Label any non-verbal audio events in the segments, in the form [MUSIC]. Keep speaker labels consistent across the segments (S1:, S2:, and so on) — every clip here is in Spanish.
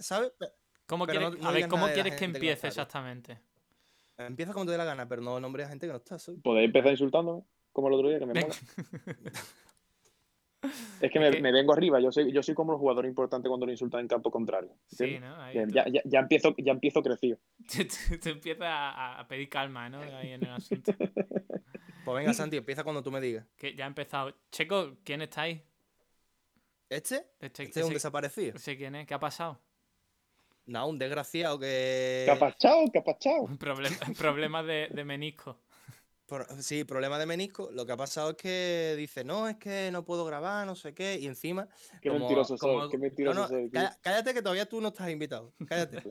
S1: ¿Sabes?
S2: ¿Cómo
S1: Pero
S2: quieres,
S1: no- no
S2: a ver,
S1: digas
S2: ¿cómo
S1: nada de la
S2: quieres que
S1: gente que no está,
S2: empiece
S1: ¿no?
S2: exactamente?
S1: Empieza como te dé la gana, pero no nombres a gente que no está. ¿sabes?
S3: Podéis empezar insultándome, como el otro día, que me
S2: Ven-
S3: mola.
S2: [LAUGHS]
S3: Es que me,
S2: Es que-
S3: me vengo arriba, yo soy, yo soy como el jugador importante cuando lo insultan en campo contrario.
S2: Sí,
S3: ¿entiendes?
S2: ¿no? Ahí [LAUGHS]
S3: Bien,
S2: tú-
S3: ya, ya, ya empiezo, ya empiezo crecido.
S2: tú- tú- tú empiezas a, a pedir calma, ¿no? Ahí en el
S1: [LAUGHS]
S2: asunto.
S1: Pues
S2: Mm.
S1: venga, Santi, empieza cuando tú me digas.
S2: Que ya ha empezado. Checo, ¿quién está ahí?
S1: ¿Este? Este
S2: Este-
S1: es un
S2: ese-
S1: desaparecido.
S2: ese quién es, ¿qué ha pasado? [LAUGHS]
S1: No, un desgraciado que.
S3: Capachao, capachao.
S2: Un problema, problemas de, de menisco.
S1: Por- sí, problema de menisco. Lo que ha pasado es que dice, no, es que no puedo grabar, no sé qué. Y encima.
S3: Qué
S1: como-
S3: mentiroso soy,
S1: como-
S3: qué
S1: no,
S3: mentiroso
S1: no,
S3: soy. tío.
S1: calla- cállate que todavía tú no estás invitado. Cállate.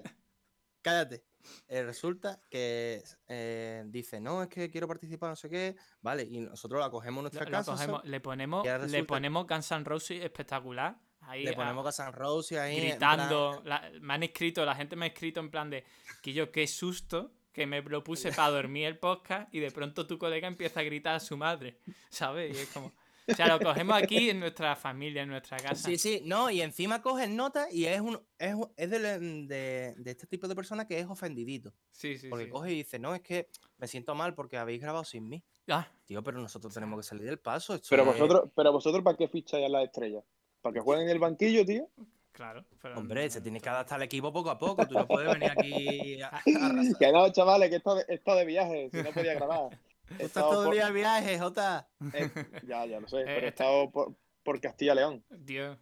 S1: cállate. Eh, resulta que eh, dice, no, es que quiero participar, no sé qué. Vale, y nosotros la cogemos en
S2: Lo-
S1: nuestra
S2: lo
S1: casa.
S2: cogemos-
S1: ¿sabes?
S2: le ponemos,
S1: Y ahora
S2: le
S1: resulta-
S2: ponemos Guns N' Roses espectacular. Ahí
S1: Le
S2: a-
S1: ponemos a San Rose ahí. en plan-
S2: gritando. la- me han escrito, la gente me ha escrito en plan de que yo qué susto que me propuse para dormir el podcast y de pronto tu colega empieza a gritar a su madre, ¿sabes? Y es como, o sea, lo cogemos aquí en nuestra familia, en nuestra casa.
S1: Sí, sí, no, y encima cogen nota y es un es, un- es del- de, de este tipo de persona que es ofendidito.
S2: sí, sí.
S1: Porque
S2: sí.
S1: coge y dice, no, es que me siento mal porque habéis grabado sin mí.
S2: Ah,
S1: Tío, pero nosotros tenemos que salir del paso. esto
S3: Pero
S1: es-
S3: vosotros, pero vosotros, ¿para qué ficháis a las estrellas? ¿Para que jueguen en el banquillo, tío?
S2: claro. pero
S1: Hombre, se
S2: no-
S1: tiene que adaptar al equipo poco a poco. Tú no puedes venir aquí
S3: [LAUGHS]
S1: a, a arrasar.
S3: Que no, chavales, que esto, esto de viaje, si no podía
S1: [LAUGHS]
S3: grabar.
S1: Tú estás
S3: He estado
S1: todo el
S3: por-
S1: día de viaje, Jota.
S3: eh, ya, ya lo sé, pero
S2: Eh,
S3: he
S2: está-
S3: estado por, por Castilla y León.
S2: Dios.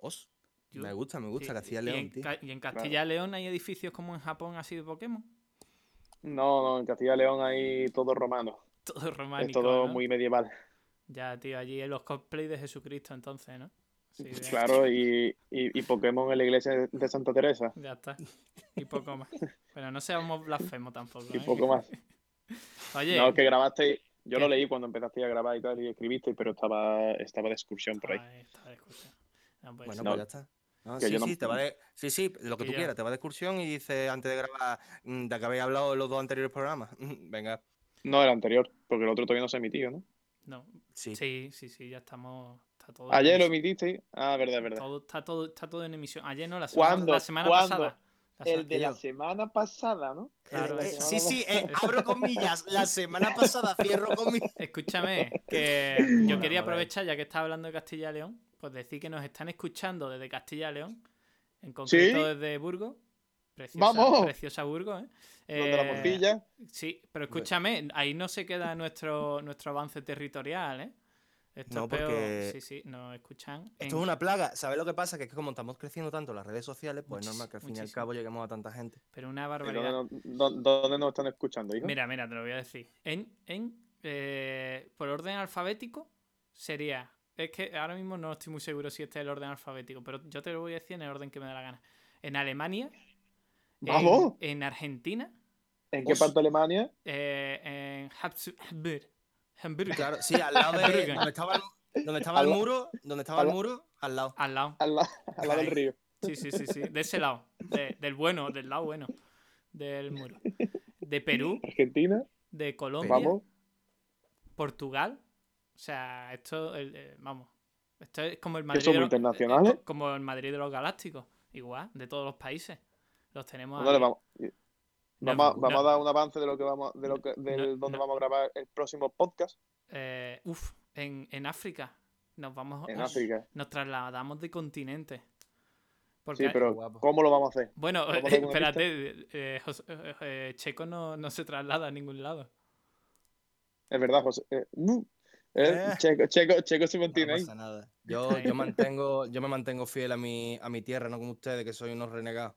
S1: Os,
S2: Yo-
S1: me gusta, me gusta
S2: Sí,
S1: que hacía
S2: y
S1: León,
S2: en
S1: tío.
S2: Ca- Y en Castilla y León hay edificios como en Japón así de Pokémon. [LAUGHS]
S3: No, no, en Castilla y León hay todo romano.
S2: Todo románico.
S3: es todo
S2: ¿no?
S3: muy medieval.
S2: Ya, tío, allí los cosplays de Jesucristo entonces, ¿no?
S3: [LAUGHS]
S2: Sí, de-
S3: Claro, y, y- y Pokémon en la iglesia de Santa Teresa.
S2: Ya está. Y poco más. Pero no seamos blasfemos tampoco.
S3: Y
S2: ¿eh?
S3: poco más.
S2: Oye,
S3: No, que grabaste. Yo lo
S2: ¿Qué?
S3: leí cuando empezaste a grabar y tal, y escribiste, pero estaba, estaba de excursión por ahí.
S2: Ay, está de excusa. No puede
S1: Bueno,
S2: ser.
S3: no,
S1: pues ya está. No,
S3: que
S1: sí,
S3: yo no-
S1: sí, te va de- sí, sí, lo que
S2: Que
S1: tú
S2: ya-
S1: quieras, te va de excursión y dices antes de grabar, mm, de que habéis hablado en los dos anteriores programas. [LAUGHS] Venga,
S3: No, el anterior, porque el otro todavía no se emitió, ¿no?
S2: No.
S1: sí.
S2: Sí, sí, sí, ya estamos. Está todo en
S3: Ayer lo
S2: emisión.
S3: emitiste. Ah, verdad, verdad.
S2: Todo- está, todo, está todo en emisión. Ayer no, la semana,
S3: ¿Cuándo?
S2: la semana
S3: ¿Cuándo?
S2: pasada. La se-
S3: El de la
S1: tío.
S3: semana pasada, ¿no?
S2: Claro,
S3: El de la
S1: Eh, eh,
S3: semana
S1: sí, sí,
S3: pasada.
S1: eh, abro comillas. La semana pasada cierro
S2: [LAUGHS]
S1: comillas.
S2: Escúchame,
S3: [LAUGHS]
S2: que yo
S1: Mola,
S2: quería
S1: mola.
S2: aprovechar, ya que estás hablando de Castilla y León, pues decir que nos están escuchando desde Castilla y León, en concreto desde Burgos. Preciosa,
S3: ¡Vamos!
S2: Preciosa Burgos, ¿eh?
S3: Los de la
S2: Eh,
S3: morcilla.
S2: Sí, pero
S1: Hombre.
S2: escúchame, ahí no se queda nuestro, nuestro avance territorial, ¿eh? Esto
S1: No,
S2: es peor.
S1: porque-
S2: Sí, sí, nos escuchan.
S1: Esto
S2: en-
S1: es una plaga. ¿Sabes lo que pasa? Que es que como estamos creciendo tanto las redes sociales, pues es
S2: Muchis-
S1: normal que al fin y al
S2: muchísimo.
S1: cabo lleguemos a tanta gente.
S2: Pero una
S3: ¿Y
S2: barbaridad.
S3: ¿Dónde, nos- dó- dónde nos están escuchando, hijo?
S2: Mira, mira, te lo voy a decir. En, en, eh, por orden alfabético sería. Es que ahora mismo no estoy muy seguro si este es el orden alfabético, pero yo te lo voy a decir en el orden que me da la gana. En Alemania. en-
S3: ¡Vamos! Pues
S2: En, Argentina.
S3: ¿En qué
S1: Os-
S3: parte de Alemania?
S2: eh, en Habsu- Hamburg. Hamburgo.
S1: Claro, sí, al
S2: [LAUGHS]
S1: lado de
S2: Hamburger.
S1: donde estaba el, donde estaba el
S3: Al la-
S1: muro, donde estaba el
S3: al la-
S1: muro, al lado.
S2: Al lado.
S3: Al, la- al lado del
S2: Ahí.
S3: río.
S2: Sí, sí, sí, sí. De ese lado. de- del bueno, del lado bueno. Del muro. De Perú,
S3: Argentina.
S2: de Colombia,
S3: Vamos.
S2: Portugal. O sea, esto, el- eh, vamos. Esto es como el
S3: Que
S2: Madrid. de
S3: somos
S2: los-
S3: internacionales.
S2: co- como el Madrid de los Galácticos. Igual, de todos los países. Los tenemos.
S3: Ándale,
S2: ahí.
S3: Pues vamos.
S2: No,
S3: Vamos, a-
S2: no.
S3: vamos a dar un avance de lo que vamos, de lo que, del,
S2: no,
S3: donde
S2: no.
S3: vamos a grabar el próximo podcast
S2: Eh, uf, en, en África. Nos vamos.
S3: en
S2: nos-
S3: África.
S2: Nos trasladamos de continente. Porque,
S3: Sí, pero
S1: Guapo.
S3: ¿cómo lo vamos a hacer?
S2: Bueno, eh,
S3: ¿Vamos a alguna
S2: espérate. eh, Jos- eh, eh, Checo no, no se traslada a ningún lado.
S3: Es verdad, José. Eh, mm, eh,
S1: Eh.
S3: Checo, Checo, Checo
S1: No
S3: Simontín ahí.
S1: pasa nada. Yo, yo mantengo, yo me mantengo fiel a mi, a mi tierra, no como ustedes, que soy unos renegados.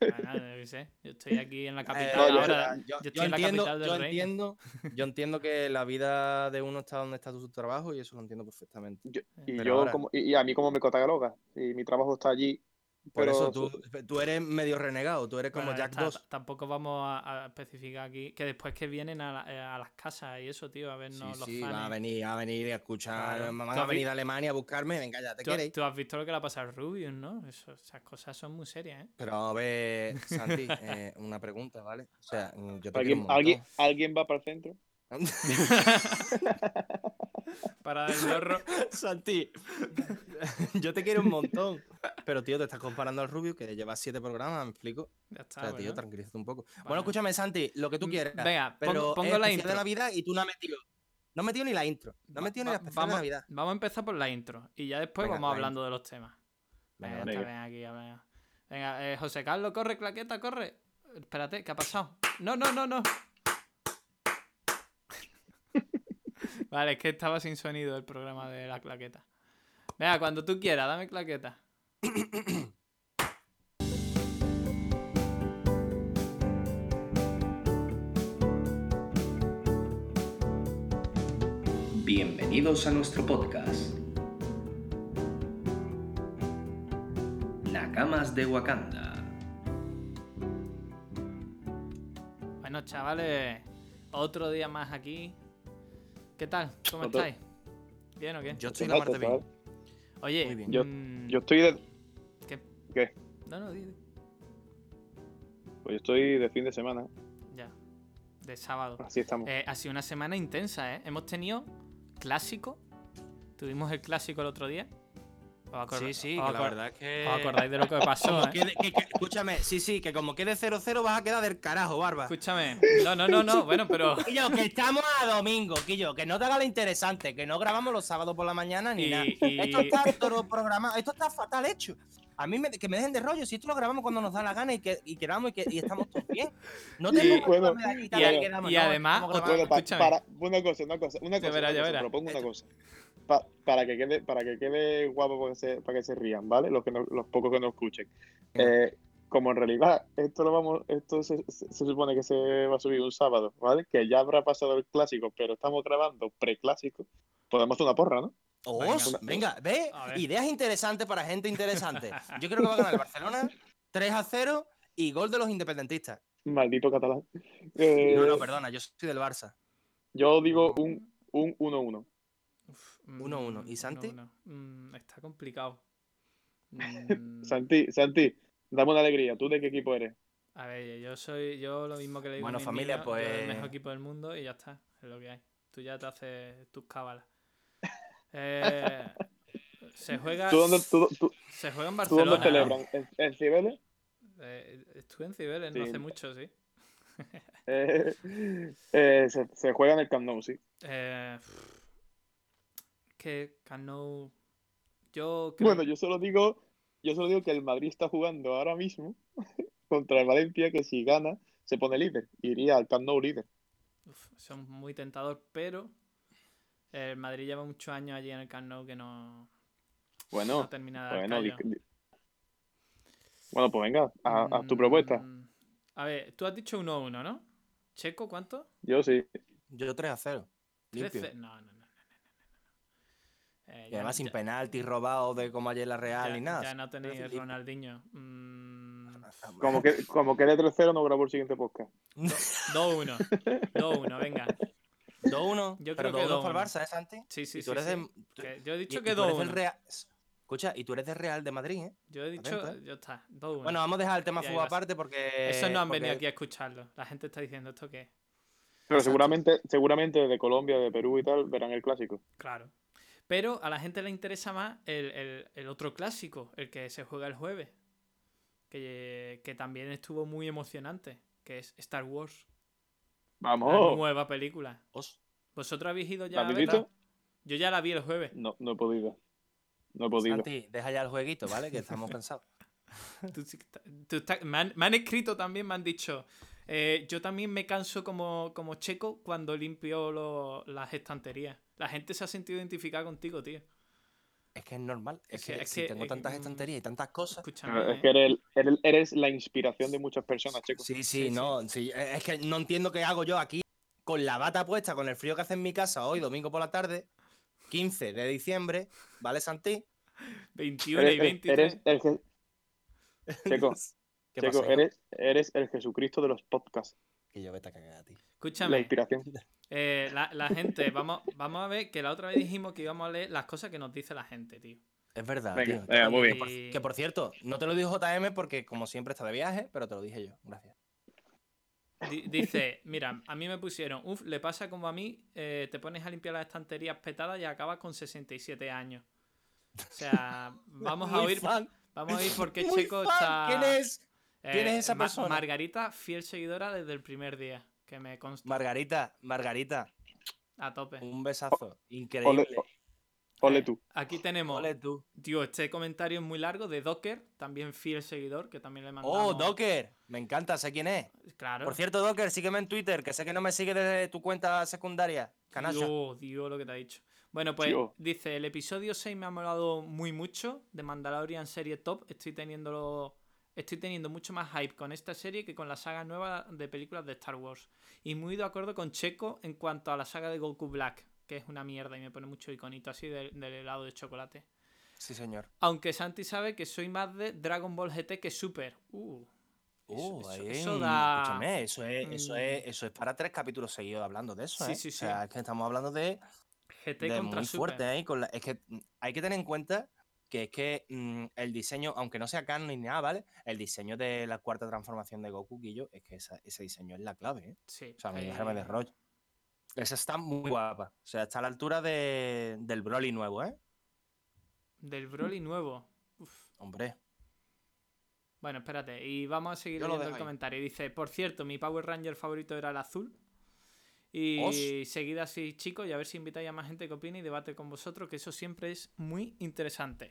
S2: Bueno, yo qué sé, Yo estoy aquí en la capital
S3: Eh, no, yo-
S2: ahora.
S1: yo,
S2: estoy
S1: yo
S2: en la
S1: entiendo,
S2: capital del
S1: yo
S2: reino.
S1: entiendo,
S2: [LAUGHS]
S1: yo entiendo que la vida de uno está donde está su trabajo y eso lo entiendo perfectamente.
S3: Y,
S1: Pero
S3: yo
S1: ahora-
S3: como, y, y a mí como me cataloga. Y mi trabajo está allí.
S1: Por
S3: pero
S1: eso tú, tú eres medio renegado, tú eres como
S2: Bueno,
S1: Jack
S2: ta-
S1: 2.
S2: Tampoco vamos a, a especificar aquí que después que vienen a, la- eh, a las casas y eso, tío, a vernos
S1: sí,
S2: los
S1: sí,
S2: fans.
S1: va a venir, va a venir a escuchar,
S2: Claro.
S1: van
S2: ¿Tú
S1: a
S2: has vi-
S1: venir de Alemania a buscarme, venga ya, te
S2: ¿Tú,
S1: queréis.
S2: tú has visto lo que le ha pasado a Rubius, ¿no? Eso- esas cosas son muy serias, ¿eh?
S1: Pero a ver, Santi, eh, una pregunta, ¿vale? O sea, mm, yo te quiero
S3: ¿alguien,
S1: un montón.
S3: alguien, alguien va para el centro.
S2: [LAUGHS] Para el
S1: [LAUGHS]
S2: zorro.
S1: Santi, yo te quiero un montón. Pero, tío, te estás comparando al Rubio, que lleva siete programas, me explico.
S2: Ya
S1: O
S2: está.
S1: sea, tío,
S2: Ah, bueno.
S1: tranquilízate un poco. Bueno,
S2: Vale.
S1: escúchame, Santi, lo que tú
S2: Mm,
S1: quieras.
S2: Venga, pon-
S1: pero
S2: pongo
S1: es
S2: la
S1: especial
S2: intro.
S1: de Navidad y tú no has metido. No has metido ni la intro. No has
S2: Va-
S1: metido ni
S2: va-
S1: la especial
S2: vamos,
S1: de Navidad.
S2: Vamos a empezar por la intro y ya después
S1: Venga,
S2: vamos
S1: la
S2: hablando de los temas.
S1: Venga,
S2: Venga,
S1: vale.
S2: está, venga aquí, ya, venga. Venga, eh, José Carlos, corre, claqueta, corre. Espérate, ¿qué ha pasado? No, no, no, no. vale, es que estaba sin sonido el programa de la claqueta. Venga, cuando tú quieras, dame claqueta.
S4: Bienvenidos a nuestro podcast. Nakamas de Wakanda.
S2: Bueno, chavales, otro día más aquí. ¿Qué tal? ¿Cómo
S3: Otro-
S2: estáis? ¿Bien o qué?
S1: Yo estoy
S3: Te
S1: la
S3: noto,
S1: parte bien.
S3: ¿sabes?
S2: Oye,
S1: Muy bien.
S3: Yo-
S2: mm,
S3: Yo estoy de,
S2: ¿qué?
S3: ¿Qué?
S2: No, no, di, di.
S3: pues yo estoy de fin de semana.
S2: Ya. De sábado.
S3: Así estamos.
S2: Eh, ha sido una semana intensa, ¿eh? Hemos tenido clásico. Tuvimos el clásico el otro día. ¿Os acor-
S1: Sí, sí,
S2: os
S1: que la
S2: acor-
S1: verdad es que.
S2: ¿Os acordáis de lo que pasó?
S1: Como
S2: eh?
S1: quede- que- que- escúchame, sí, sí, que como quede 0-0 vas a quedar del carajo, barba.
S2: Escúchame. No, no, no, no. Bueno,
S3: [LAUGHS]
S2: pero.
S1: Quillo, que estamos a domingo, Quillo, que no te haga lo interesante, que no grabamos los sábados por la mañana ni
S2: Y-
S1: nada.
S2: y-
S1: Esto está todo programado, esto está fatal hecho. A mí me- que me dejen de rollo, si esto lo grabamos cuando nos da la gana y que y queramos y, que, y estamos todos bien. No te
S3: Y-
S1: pongas
S3: bueno,
S1: la medallita
S3: y
S1: de
S3: a-
S1: que quedamos,
S2: y
S1: no,
S2: además,
S1: estamos
S2: otro-
S1: grabando.
S3: Bueno, pa-
S2: escúchame.
S3: para, una cosa, una cosa, una
S2: Ya
S3: cosa,
S2: verá,
S3: una
S2: ya
S3: cosa,
S2: verá.
S3: propongo una cosa. Pa- para que quede, para que quede guapo para que se, para que se rían, ¿vale? Los que no- los pocos que no escuchen. Eh, como en realidad esto lo vamos, esto se, se- se supone que se va a subir un sábado, ¿vale? Que ya habrá pasado el clásico, pero estamos grabando preclásico. Podemos hacer una porra, ¿no?
S1: Os, venga, ve,
S2: A ver.
S1: ideas interesantes para gente interesante. Yo creo que va a ganar el Barcelona 3 a 0 y gol de los independentistas.
S3: Maldito catalán. Eh,
S1: No, no, perdona, yo soy del Barça.
S3: Yo digo un un 1-1.
S2: Uf,
S1: Uno, uno.
S2: mm,
S1: ¿Y Santi?
S2: uno, uno. Mm, está
S3: [LAUGHS]
S2: complicado. Mm,
S3: Santi, Santi, dame una alegría. ¿Tú de qué equipo eres?
S2: a ver, yo soy. Yo lo mismo que le digo. a
S1: Bueno,
S2: mis
S1: familia,
S2: niños, yo
S1: pues-
S2: El mejor equipo del mundo y ya está. Es lo que hay. Tú ya te haces tus
S3: [LAUGHS]
S2: cábalas. Eh, se juega.
S3: ¿Tú dónde, tú, tú-
S2: Se juega en
S3: tú dónde
S2: Barcelona.
S3: celebran? ¿En, en Cibeles?
S2: Eh, estuve en Cibeles no
S3: Sí.
S2: hace mucho, sí.
S3: [LAUGHS] Eh, eh, se, se juega en el Camp Nou, sí.
S2: Eh, pff, que Cano. Yo creo.
S3: Bueno, yo solo digo, yo solo digo que el Madrid está jugando ahora mismo [LAUGHS] contra el Valencia, que si gana se pone líder, iría al Camp Nou líder.
S2: Uf, son muy tentador, pero. El Madrid lleva muchos años allí en el Camp Nou que no, no
S3: Bueno,
S2: termina de dar
S3: bueno,
S2: callo.
S3: di- di- bueno, pues venga, a- haz tu
S2: Mm,
S3: propuesta.
S2: A ver, tú has dicho 1-1, ¿no? ¿Checo cuánto?
S3: Yo sí.
S1: Yo 3 a 0. Limpio.
S2: 13. No, no, no. no, no, no, no. Eh,
S1: Y
S2: ya-
S1: además sin
S2: ya-
S1: penalti, robado de como ayer la Real
S2: ya-
S1: ni nada.
S2: Ya no
S1: Quiero
S2: tenéis
S1: decir, limpio.
S2: Ronaldinho.
S1: [LAUGHS]
S2: Mm,
S3: Como que, como que de 3-0 no grabo el siguiente podcast. [LAUGHS]
S2: 2-1. 2-1, venga.
S1: 2-1.
S2: Yo
S1: pero
S2: creo que
S1: 2-1 para el
S2: 2-1.
S1: Barça, ¿eh, Santi?
S2: Sí, sí,
S1: y tú
S2: sí,
S1: eres
S2: sí.
S1: de- tú-
S2: Que yo he
S1: y-
S2: dicho
S1: y
S2: que
S1: tú eres del
S2: 2-1.
S1: Real- Escucha, y tú eres de Real de Madrid, ¿eh?
S2: Yo he dicho,
S1: Atento,
S2: ya está, 2-1.
S1: Bueno, vamos a dejar el tema
S2: Y ahí
S1: fútbol
S2: vas.
S1: aparte porque.
S2: Eso no han venido aquí
S1: porque-
S2: a escucharlo. La gente está diciendo esto que
S3: Pero
S1: Exacto.
S3: seguramente, seguramente de Colombia, de Perú y tal, verán el clásico.
S2: Claro. Pero a la gente le interesa más el, el- el otro clásico, el que se juega el jueves. Que, que también estuvo muy emocionante. Que es Star Wars. La
S3: Vamos.
S2: nueva película.
S1: Os-
S2: ¿Vosotros habéis ido ya
S3: Oh. ¿La
S2: a
S3: habéis
S2: verla?
S3: visto?
S2: Yo ya la vi el jueves.
S3: No, no he podido. No he podido.
S1: Santi, deja ya el jueguito, ¿vale? Que
S2: [LAUGHS]
S1: estamos cansados.
S2: Tú sí que está- tú está- me, han, me han escrito también, me han dicho. eh, yo también me canso como, como checo cuando limpio lo- las estanterías. La gente se ha sentido identificada contigo, tío.
S1: Es que es normal. Es,
S2: Es que-
S1: que,
S2: es
S1: si
S2: que-
S1: tengo
S2: es que,
S1: tantas
S2: mm,
S1: estanterías y tantas cosas.
S2: Escúchame.
S3: Claro,
S2: eh.
S3: Es que eres, eres- eres la inspiración de muchas personas, chicos.
S1: Sí, sí,
S2: sí.
S1: no. sí, eh, es que no entiendo qué hago yo aquí con la bata puesta, con el frío que hace en mi casa hoy, domingo por la tarde, 15 de diciembre, ¿vale, Santi?
S2: 21 y
S3: Eres, eres-
S2: 23.
S3: eres el, Je- Checo,
S1: [LAUGHS] ¿Qué
S3: Checo,
S1: pasa, hijo?
S3: eres, eres el Jesucristo de los podcasts.
S1: Que yo vete a cagar a ti.
S3: La
S2: Escúchame.
S3: inspiración.
S2: eh, la, la gente, vamos, vamos a ver que la otra vez dijimos que íbamos a leer las cosas que nos dice la gente, tío.
S1: Es verdad,
S3: Venga,
S1: Ah,
S3: eh.
S1: tío.
S3: venga, muy bien.
S2: Y-
S1: Que por cierto, no te lo dijo JM porque como siempre está de viaje, pero te lo dije yo. Gracias.
S2: Di- Dice, mira, a mí me pusieron, uff, le pasa como a mí, eh, te pones a limpiar las estanterías petadas y acabas con 67 años. O sea, vamos a
S1: Muy
S2: oír,
S1: fan,
S2: vamos a oír por qué
S1: muy
S2: Checo
S1: fan.
S2: está... eh,
S1: ¿Quién es? ¿Quién es esa persona?
S2: Margarita, fiel seguidora desde el primer día, que me consta
S1: Margarita, Margarita,
S2: a tope. Eh,
S1: un besazo.
S3: Ole, oh.
S1: Increíble.
S3: ole tú.
S2: Aquí tenemos,
S1: Ole tú.
S2: tío, este comentario es muy largo de Docker, también fiel seguidor, que también le mandamos.
S1: Oh, Docker. Me encanta, sé quién es.
S2: Claro.
S1: Por cierto, Docker, sígueme en Twitter, que sé que no me sigue desde tu cuenta secundaria. Canalla.
S2: Dios, Dios, lo que te ha dicho. Bueno, pues
S3: Dios.
S2: dice, el episodio 6 me ha molado muy mucho de Mandalorian serie top. Estoy teniéndolo. Estoy teniendo mucho más hype con esta serie que con la saga nueva de películas de Star Wars. Y muy de acuerdo con Checo en cuanto a la saga de Goku Black, que es una mierda y me pone mucho iconito así del, del helado de chocolate.
S1: Sí, señor.
S2: Aunque Santi sabe que soy más de Dragon Ball GT que Super. Uh, eso-
S1: Uh,
S2: eso-
S1: ahí,
S2: eso da-
S1: Escúchame, eso es, eso,
S2: Mm.
S1: es, eso es para tres capítulos seguidos hablando de eso,
S2: Sí,
S1: ¿eh?
S2: sí,
S1: O sea,
S2: sí.
S1: es que estamos hablando de,
S2: GT
S1: de
S2: contra
S1: muy
S2: Super.
S1: fuerte, ¿eh? Y con la- es que mm, hay que tener en cuenta que es que mm, el diseño, aunque no sea canon ni nada, ¿vale? El diseño de la cuarta transformación de Goku, Guillo, es que esa- ese diseño es la clave, ¿eh?
S2: Sí,
S1: O sea, mi
S2: eh,
S1: hija me desrolla. Esa está muy guapa. O sea, está a la altura de- del Broly nuevo, ¿eh?
S2: Del Broly nuevo. Uf.
S1: Hombre.
S2: Bueno, espérate, y vamos a seguir
S1: Yo lo
S2: leyendo el
S1: dejo ahí.
S2: comentario. Dice, por cierto, mi Power Ranger favorito era el azul. Y
S1: Os.
S2: seguid así, chicos, y a ver si invitáis a más gente que opine y debate con vosotros, que eso siempre es muy interesante.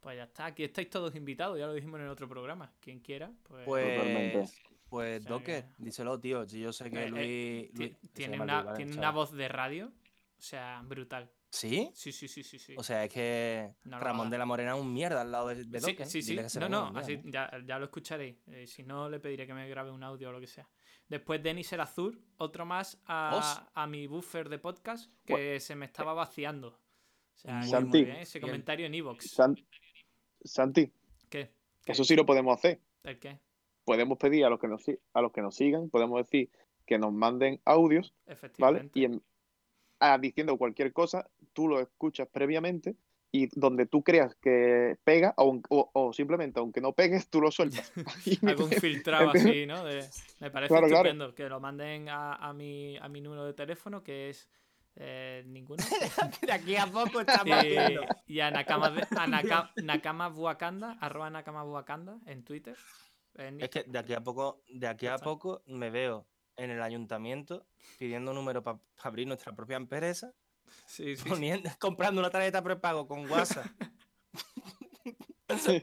S2: Pues ya está, aquí estáis todos invitados, ya lo dijimos en el otro programa. Quien era, pues...
S3: Totalmente.
S1: Pues, pues
S2: O sea
S1: Docker,
S2: que-
S1: díselo, tío. Si yo sé
S2: Eh,
S1: que
S2: eh,
S1: Luis.
S2: ti-
S1: Luis- se
S2: tiene
S1: llama
S2: una,
S1: Luis, ¿vale?
S2: tiene
S1: O sea,
S2: una voz de radio, o sea, brutal.
S1: ¿Sí?
S2: Sí, sí, sí, sí, sí.
S1: O sea, es que
S2: No lo
S1: Ramón
S2: hagas.
S1: de la Morena es un mierda al lado de, de
S2: Sí,
S1: Docker.
S2: sí, sí.
S1: Dile que se
S2: No,
S1: ponga
S2: no,
S1: un día,
S2: así [LAUGHS] ya, ya lo escucharéis. Eh, si no, le pediré que me grabe un audio o lo que sea. Después Denis el Azul, otro más a, a mi buffer de podcast que se me estaba vaciando. O sea, que
S1: Santi.
S2: muy bien, ese
S1: Bien.
S2: comentario en Evox.
S3: San- Santi,
S2: ¿Qué? ¿Qué?
S3: eso sí lo podemos hacer.
S2: ¿El qué?
S3: Podemos pedir a los que nos, si- a los que nos sigan, podemos decir que nos manden audios, ¿vale?
S2: Efectivamente.
S3: Y en- [LAUGHS] ah, diciendo cualquier cosa, tú lo escuchas previamente y donde tú creas que pega aun- o, o simplemente aunque no pegues, tú
S2: [LAUGHS]
S3: lo sueltas. [LAUGHS] Y
S2: Algún filtrado así, ¿no? De- me parece
S3: Claro, claro.
S2: estupendo que lo manden a, a mi, a mi número de teléfono que es eh, ninguno.
S1: De aquí a poco estamos [LAUGHS]
S2: Eh, y a Nakama, de- a Naka- Nakama Wakanda, arroba Nakama Wakanda en Twitter. en-
S1: Es que de aquí a poco, de aquí
S2: Ya
S1: a
S2: está.
S1: poco me veo en el ayuntamiento pidiendo un número para abrir nuestra propia empresa,
S2: Sí, sí, sí.
S1: poniendo- [LAUGHS] comprando una tarjeta prepago con
S2: [LAUGHS]
S1: WhatsApp. [LAUGHS]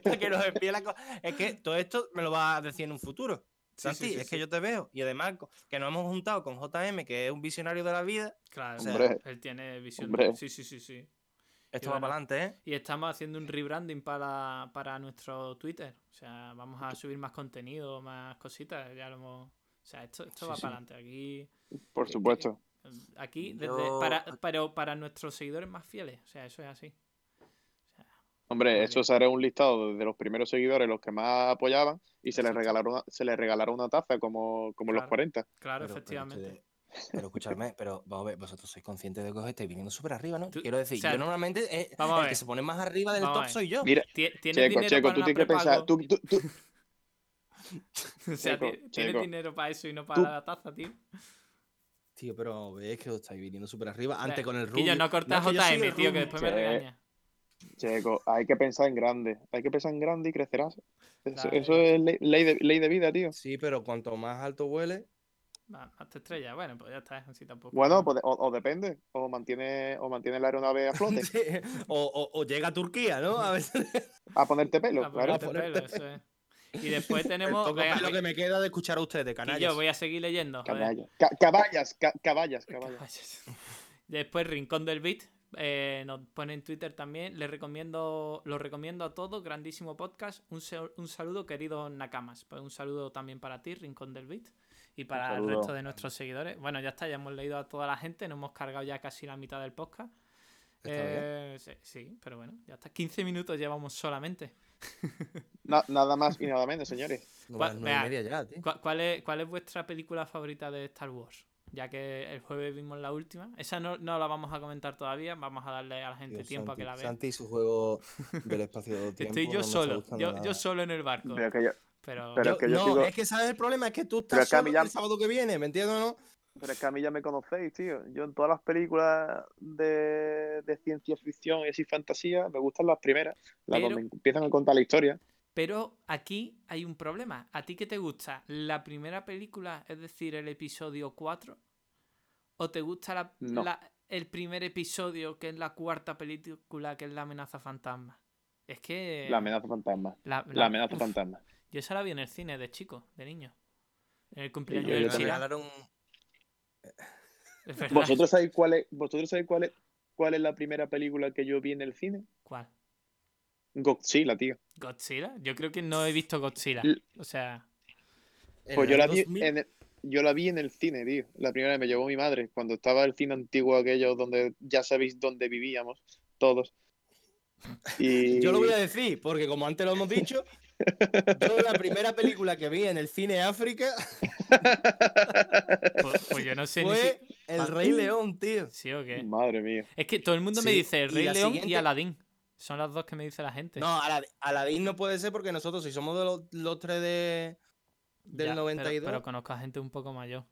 S1: para que nos envíe la co- Es que todo esto me lo va a decir en un futuro.
S2: Sí, sí,
S1: Santi,
S2: sí,
S1: es
S2: sí.
S1: que yo te veo. Y además, co- que nos hemos juntado con JM, que es un visionario de la vida.
S2: Claro,
S1: o sea,
S3: Hombre.
S2: él tiene visión.
S3: Hombre.
S2: Sí, sí, sí, sí.
S1: Esto va
S2: bueno.
S1: para adelante, ¿eh?
S2: Y estamos haciendo un rebranding para, para nuestro Twitter. O sea, vamos a subir más contenido, más cositas. Ya lo hemos... O sea, esto,
S1: Sí,
S2: esto va
S1: sí.
S2: para adelante. Aquí,
S3: Por supuesto.
S2: aquí desde,
S1: Yo-
S2: para, pero para nuestros seguidores más fieles. O sea, eso es así.
S3: Hombre,
S2: Vale.
S3: eso se hará un listado de los primeros seguidores, los que más apoyaban, y se les
S2: Exacto.
S3: regalará una, se les regalará una taza como, como
S2: Claro.
S3: los 40.
S2: Claro,
S1: Pero- pero
S2: efectivamente.
S1: ustedes- Pero escuchadme, pero vamos a ver, vosotros sois conscientes de que os estáis viniendo súper arriba, ¿no?
S2: Tú-
S1: Quiero decir,
S2: o sea,
S1: yo normalmente eh,
S2: vamos a
S1: el
S2: ver.
S1: que se pone más arriba del
S2: Vamos a
S1: top
S2: ver.
S1: soy yo.
S3: Mira,
S2: Tie- ¿Tienes
S3: Checo,
S2: dinero
S3: Checo,
S2: para
S3: tú
S2: una
S3: tienes que
S2: prepago?
S3: pensar, tú, tú- tú-
S2: [LAUGHS] O sea,
S3: Checo,
S2: ti- ¿tienes
S3: Checo.
S2: dinero para eso y no para
S3: Tú-
S2: la taza, tío?
S1: Tío, pero veis que os estáis viniendo súper arriba.
S2: sea,
S1: Antes con el rubio.
S2: Quillo, no cortas
S1: es que yo soy
S2: JM,
S1: el
S2: tío, que
S1: rubio.
S2: después me
S3: Sí.
S2: regañas.
S3: Checo, hay que pensar en grande, hay que pensar en grande y crecerás. Eso,
S2: Claro.
S3: eso es ley, ley de, ley de vida, tío.
S1: Sí, pero cuanto más alto huele,
S2: [LAUGHS] Va, Hasta estrella, bueno, pues ya está, así tampoco.
S3: Bueno, pues de- o, o depende, o mantiene, o mantiene la aeronave a flote,
S1: sí, [LAUGHS] o, o- o llega a Turquía, ¿no? A veces
S3: a ponerte pelo,
S2: A
S3: claro.
S2: ponerte
S1: a ponerte
S2: pelo, eso es. Y después
S1: [LAUGHS] el
S2: tenemos.
S1: poco
S2: venga,
S1: pelo que
S2: que-
S1: me queda de escuchar a ustedes,
S2: que
S1: canallas.
S2: yo voy a seguir leyendo. joder.
S3: Canalla. Ca- Caballas, ca- caballas,
S2: [LAUGHS]
S3: caballas.
S2: Caballos. Después Rincón del Beat. eh, nos pone en Twitter también. Les recomiendo, lo recomiendo a todos. Grandísimo podcast. Un, se- un saludo, queridos Nakamas. Pues un saludo también para ti, Rincón del Beat. Y para el
S3: saludo.
S2: resto de nuestros seguidores. Bueno, ya está, ya hemos leído a toda la gente. Nos hemos cargado ya casi la mitad del podcast.
S1: Está bien.
S2: Eh, sí, sí, pero bueno, ya está. 15 minutos llevamos solamente.
S3: Na- nada más y nada menos, señores.
S1: No, a las
S2: Cua-
S1: nueve y
S2: vea,
S1: media ya, tío.
S2: ¿Cuál, cuál es, ¿Cuál es vuestra película favorita de Star Wars? Ya que el jueves vimos la última. Esa no, no la vamos a comentar todavía. Vamos a darle a la gente
S1: Dios,
S2: tiempo a que
S1: Santi-
S2: la vea.
S1: Santi y su juego del espacio-tiempo.
S2: [LAUGHS] Estoy
S1: no me
S2: yo
S1: está
S2: solo.
S1: gustando
S2: Yo,
S1: nada.
S2: yo solo en el barco.
S3: Pero que yo,
S2: Pero,
S3: Pero- es que yo
S1: no,
S3: sigo-
S1: es que sabes el problema, es que tú estás
S3: Pero es que a mí
S1: solo
S3: ya-
S1: el sábado que viene, ¿me entiendes o no?
S3: Pero es que a mí ya me conocéis, tío. Yo en todas las películas de, de ciencia ficción y así fantasía, me gustan las primeras. Las
S2: Pero-
S3: donde empiezan a contar la historia.
S2: pero aquí hay un problema. ¿A ti qué te gusta? ¿La primera película, es decir, el episodio 4? ¿O te gusta la-
S3: No.
S2: la- el primer episodio, que es la cuarta película, que es la amenaza fantasma? Es que...
S3: La amenaza fantasma.
S2: Eh, la-
S3: La
S2: la-
S3: amenaza
S2: uf, [LAUGHS]
S3: fantasma.
S2: Yo esa la vi en el cine de chico, de niño. En el
S3: Yo
S2: cumpleaños
S3: yo
S2: del
S1: me
S3: también.
S2: Chirá.
S1: regalaron
S2: [LAUGHS] Es verdad.
S3: ¿Vosotros sabéis cuál es, vosotros sabéis cuál es, cuál es la primera película que yo vi en el cine?
S2: ¿Cuál?
S3: Godzilla, tío.
S2: ¿Godzilla? Yo creo que no he visto Godzilla.
S3: L-
S2: O sea,
S1: en
S3: Pues
S1: el
S3: yo la,
S1: año
S3: vi
S1: 2000.
S3: en el, yo la vi en el cine, tío. La primera vez me llevó mi madre, cuando estaba el cine antiguo aquello donde ya sabéis dónde vivíamos
S1: [LAUGHS]
S3: todos. Y...
S1: Yo lo voy a decir, porque como antes lo hemos dicho, yo la primera película que vi en el cine África
S2: pues, pues yo no sé ni
S1: fue
S2: si... Ah,
S1: El Rey León, tío.
S2: ¿Sí o qué?
S3: Madre mía.
S2: Es que todo el mundo me
S1: Sí,
S2: dice el
S1: y
S2: Rey
S1: la
S2: León y
S1: siguiente-
S2: Aladdin. Son las dos que me dice la gente.
S1: No, Ala- Aladdin no puede ser porque nosotros, si somos de los, los tres de. del
S2: Ya, pero-
S1: 92.
S2: Pero, conozco a gente un poco mayor.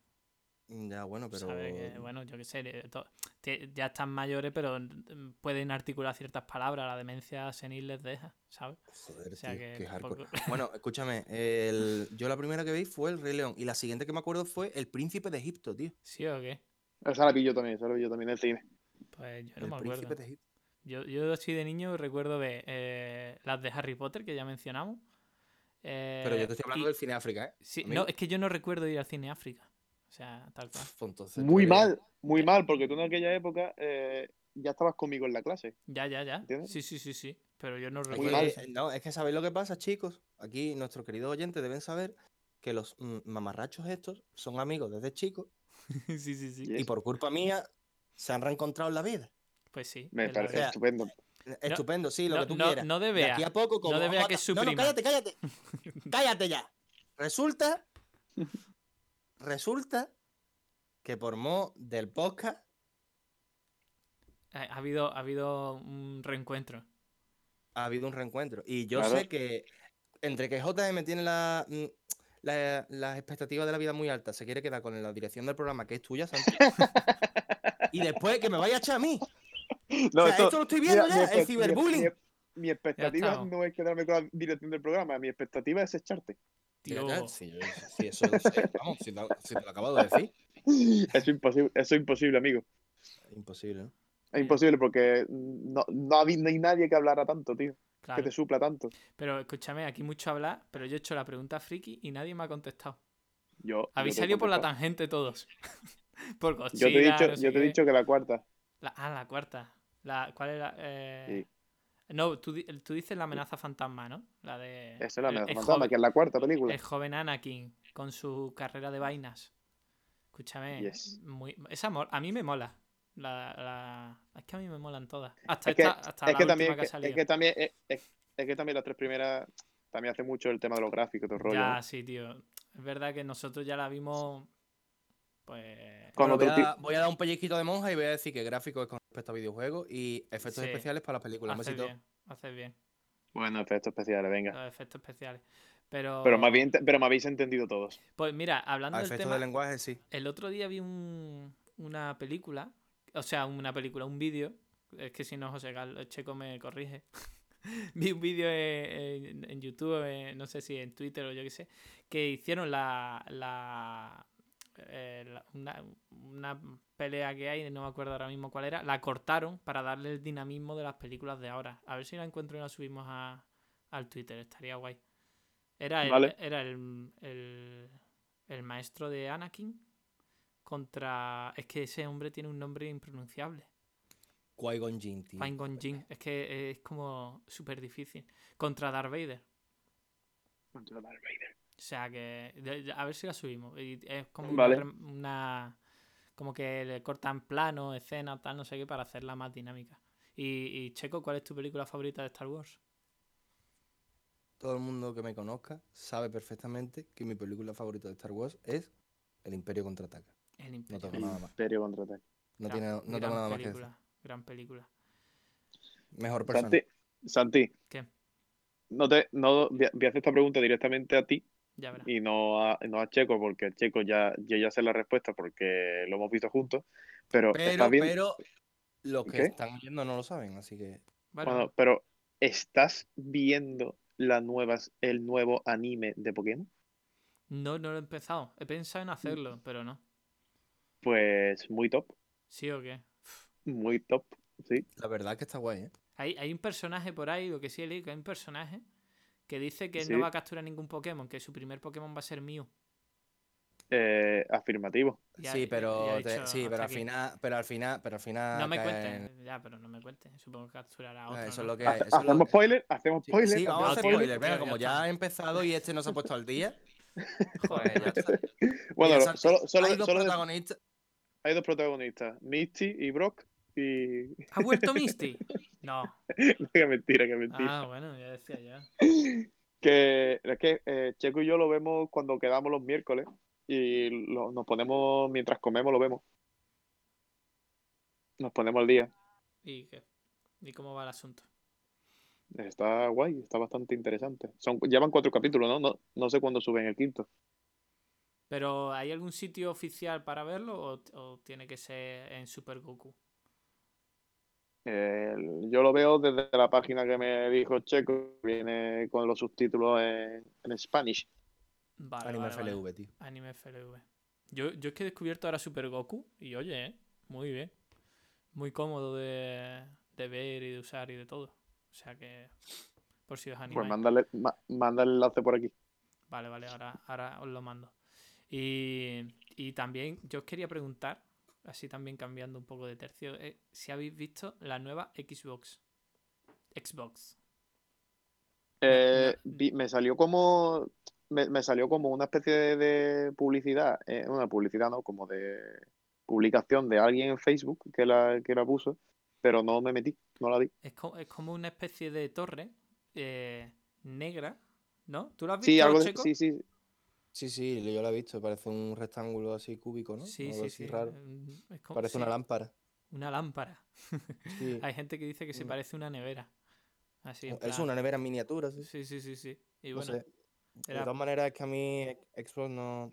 S1: mm, Ya, bueno, pero.
S2: ¿sabes? Que, bueno, yo qué sé. de to- te- Ya están mayores, pero mm, pueden articular ciertas palabras. La demencia senil les deja, ¿sabes?
S1: Joder,
S2: O sea
S1: tío,
S2: que
S1: qué hardcore.
S2: tampoco- [LAUGHS]
S1: Bueno, escúchame, el- yo la primera que vi fue El Rey León y la siguiente que me acuerdo fue El Príncipe de Egipto, tío.
S2: ¿Sí o qué?
S3: Esa la vi yo también, esa la vi yo también en el cine.
S2: Pues yo
S1: El
S2: no me
S1: Príncipe
S2: acuerdo.
S1: de Egipto.
S2: Yo, yo así de niño recuerdo ver eh, las de Harry Potter, que ya mencionamos.
S1: Pero yo te
S2: eh,
S1: estoy hablando
S2: y- Ah.
S1: del cine África, ¿eh?
S2: sí,
S1: amigo.
S2: no, es que yo no recuerdo ir al cine África. O sea, tal cual.
S1: Pf, entonces tú
S3: Muy
S1: eres-
S3: mal, muy mal, porque tú en aquella época eh, ya estabas conmigo en la clase.
S2: Ya, ya, ya.
S3: ¿Entiendes?
S2: Sí, sí, sí, sí. Pero yo no
S1: Es
S2: recuerdo.
S1: que-
S3: mal.
S2: eso.
S1: eh, no, es que sabéis lo que pasa, chicos. Aquí nuestros queridos oyentes deben saber que los mm, mamarrachos estos son amigos desde chicos
S2: [LAUGHS] sí, sí, sí.
S3: Y
S1: y
S3: eso.
S1: por culpa mía se han reencontrado en la vida.
S2: Pues sí.
S3: Me
S2: es la
S3: parece
S2: verdad.
S1: sea,
S3: estupendo.
S1: Estupendo, sí, lo
S2: no,
S1: que tú
S2: no-
S1: quieras.
S2: no de
S1: De aquí
S2: Bea.
S1: a poco, como
S2: de
S1: vamos
S2: Bea,
S1: a
S2: que es
S1: ta-
S2: su
S1: no, no,
S2: prima.
S1: cállate,
S2: [LAUGHS]
S1: cállate. cállate ya. Resulta. Resulta que por mo del podcast.
S2: Ha, ha habido, ha habido un reencuentro.
S1: ha habido un reencuentro. Y yo
S3: Claro.
S1: sé que entre que JM tiene la, mm, la- las expectativas de la vida muy altas, se quiere quedar con la dirección del programa que es tuya, Santi.
S3: [LAUGHS]
S1: y después que me vaya a echar a mí.
S3: No,
S1: o sea, esto lo estoy viendo
S3: mira,
S1: ya,
S3: mi
S1: el
S3: espe- mi-
S1: ciberbullying.
S3: Mi, mi
S2: Ya
S3: expectativa
S2: estamos.
S3: no es quedarme con la dirección del programa, mi expectativa es echarte. [LAUGHS]
S1: Mira,
S2: Tío,
S1: ya, sí, yo- sí, eso lo sé, vamos, si te, si te lo acabo de decir.
S3: Eso imposible, eso es imposible, amigo.
S1: Imposible, ¿no?
S2: Eh,
S3: Es imposible porque no, no, hab- no hay nadie que hablara tanto, tío.
S2: claro.
S3: Que te supla tanto.
S2: Pero escúchame, aquí mucho hablar, pero yo he hecho la pregunta friki y nadie me ha contestado.
S3: Yo, yo
S2: Habéis
S3: te he
S2: salido por la
S3: contestado.
S2: tangente todos. [LAUGHS] por
S3: Yo te he
S2: Godzilla,
S3: dicho,
S2: no sé
S3: yo te he
S2: qué.
S3: dicho que la cuarta.
S2: La- ah, la cuarta. La, ¿Cuál era? Eh, No, tú, di- tú dices la amenaza fantasma, ¿no? La de.
S3: Esa es la
S2: el-
S3: amenaza
S2: el
S3: fantasma,
S2: eh, joven- Eh,
S3: que es la cuarta película.
S2: El joven Anakin con su carrera de vainas. Escúchame.
S3: Yes.
S2: Muy... Esa mo- a mí me mola. La, la- Es que a mí me molan todas. Hasta,
S3: Es que-
S2: esta, hasta
S3: es
S2: la
S3: que
S2: última
S3: también,
S2: que ha
S3: es que-
S2: salido.
S3: es que también, es, es- es que también las tres primeras también hace mucho el tema de los gráficos, todo el rollo.
S2: Ya,
S3: ¿no?
S2: sí, tío. Es verdad que nosotros ya la vimos. Pues.
S3: Con
S1: Bueno,
S3: otro
S1: voy, a,
S3: tipo-
S1: voy a dar un pellizquito de monja y voy a decir que gráfico es con respecto a videojuegos y efectos
S2: Sí.
S1: especiales para las películas. Un
S2: Haces
S1: besito.
S2: bien, haces bien.
S3: Bueno, efectos especiales, venga.
S2: Los efectos especiales. Pero.
S3: Pero más bien, te- pero me habéis entendido todos.
S2: Pues mira, hablando
S1: A
S2: del
S1: efectos
S2: tema.
S1: de lenguaje, sí.
S2: El otro día vi un- una película, o sea, una película, un vídeo. Es que si no, José Carlos Checo me corrige. [LAUGHS] vi un vídeo en, en- en YouTube, eh, no sé si en Twitter o yo qué sé, que hicieron la. la, eh, la- una, una pelea que hay, no me acuerdo ahora mismo cuál era, la cortaron para darle el dinamismo de las películas de ahora. A ver si la encuentro y la subimos a, al Twitter, estaría guay. Era el,
S3: Vale.
S2: era el, el, el maestro de Anakin contra... Es que ese hombre tiene un nombre impronunciable.
S1: Qui-Gon Jinn, tío.
S2: Qui-Gon Jinn. Es que es como súper difícil. Contra Darth Vader. O sea que. de- de- A ver si la subimos. Y es como una
S3: Vale.
S2: rem- una, Como que le cortan plano, escena, tal, no sé qué, para hacerla más dinámica. Y, y, Checo, ¿cuál es tu película favorita de Star Wars?
S1: Todo el mundo que me conozca sabe perfectamente que mi película favorita de Star Wars es El Imperio contraataca.
S2: El
S1: No
S2: Imperio.
S1: tengo Pues nada más.
S3: Imperio contraataca.
S1: No,
S2: Gran-
S1: tiene, no tengo
S2: gran
S1: nada más que decir.
S2: película, Gran película.
S1: Pues Mejor persona.
S3: Santi, Santi,
S2: ¿Qué?
S3: no te, no, voy a voy a hacer esta pregunta directamente a ti
S2: Ya verás.
S3: y no a, no a Checo, porque Checo ya, yo ya sé la respuesta porque lo hemos visto juntos. Pero,
S1: Pero,
S3: ¿estás bien?
S1: pero los que
S3: ¿Qué?
S1: están oyendo no lo saben, así que.
S2: Bueno,
S3: Bueno, pero ¿estás viendo la nuevas, el nuevo anime de Pokémon?
S2: no, no lo he empezado. He pensado en hacerlo, pero no.
S3: Pues muy top,
S2: ¿Sí o qué? Uf.
S3: muy top, sí.
S1: La verdad es que está guay, ¿eh?
S2: Hay, hay un personaje por ahí, lo que sí he leído, que hay un personaje que dice que él no
S3: Sí.
S2: va a capturar ningún Pokémon, que su primer Pokémon va a ser Mew.
S3: Eh, afirmativo.
S2: Ya-
S1: sí,
S2: ya
S1: pero
S2: he
S1: te-
S2: dicho
S1: sí, pero
S2: hasta
S1: al
S2: aquí.
S1: final, pero al final, pero al final.
S2: No me
S1: cae
S2: cuentes.
S1: en-
S2: Ya, pero no me cuentes. Supongo que capturará
S1: Ah,
S2: otro.
S1: eso
S2: ¿no?
S1: es lo que hay.
S3: Hace-
S1: eso es lo-
S3: ¿Hacemos spoiler? ¿Hacemos
S1: Sí,
S3: spoiler?
S1: sí, vamos a hacer
S2: tío.
S1: spoiler.
S2: Tío,
S1: venga,
S2: ya
S1: como
S2: está.
S1: ya ha empezado y este no se ha puesto al día. pues
S2: Joder.
S1: ya está.
S3: [LAUGHS]
S1: [LAUGHS]
S3: Bueno,
S1: Mira,
S3: no,
S1: son-
S3: solo, solo,
S1: hay dos
S3: solo de-
S1: protagonistas.
S3: hay dos protagonistas, Misty y Brock. Y. [LAUGHS]
S2: ¿Ha vuelto Misty? No.
S3: qué mentira, qué mentira.
S2: Ah, bueno, ya decía yo.
S3: Que es que eh, Checo y yo lo vemos cuando quedamos los miércoles y lo- nos ponemos, mientras comemos, lo vemos. Nos ponemos al día.
S2: ¿Y, qué? ¿Y cómo va el asunto?
S3: Está guay, está bastante interesante. Son, llevan cuatro capítulos, ¿no? No, no sé cuándo suben el quinto.
S2: ¿Pero hay algún sitio oficial para verlo o, o tiene que ser en Super Goku?
S3: Eh, yo lo veo desde la página que me dijo Checo, que viene con los subtítulos en, en Spanish.
S2: Vale,
S1: Anime
S2: vale, vale.
S1: FLV, tío.
S2: Anime FLV. Yo, yo es que he descubierto ahora Super Goku y oye, ¿eh? muy bien. Muy cómodo de, de ver y de usar y de todo. O sea que, por si os animáis.
S3: Pues mándale, ma- manda el enlace por aquí.
S2: Vale, vale, ahora, ahora os lo mando. Y, y también yo os quería preguntar, así también cambiando un poco de tercio, eh, si habéis visto la nueva Xbox. Xbox.
S3: Eh,
S2: no.
S3: vi- me salió como me, me salió como una especie de, de publicidad, eh, una publicidad no, como de publicación de alguien en Facebook que la que la puso, pero no me metí, no la vi.
S2: Es, co- es como una especie de torre eh, negra, ¿no? ¿Tú lo has visto,
S3: Sí, algo de-
S2: Checo?
S3: sí, sí,
S1: Sí, sí, yo lo he visto. Parece un rectángulo así cúbico, ¿no?
S2: sí,
S1: Algo
S2: sí,
S1: así
S2: sí,
S1: raro.
S2: eh, es como-
S1: Parece
S2: sí,
S1: una lámpara.
S2: una lámpara. [LAUGHS]
S1: Sí.
S2: Hay gente que dice que se
S1: Una-
S2: parece a una nevera. Así, en
S1: Es
S2: plan-
S1: una nevera en miniatura, sí.
S2: Sí, sí, sí, sí. Y
S1: No
S2: bueno,
S1: sé. De
S2: era-
S1: todas maneras, es que a mí Xbox no.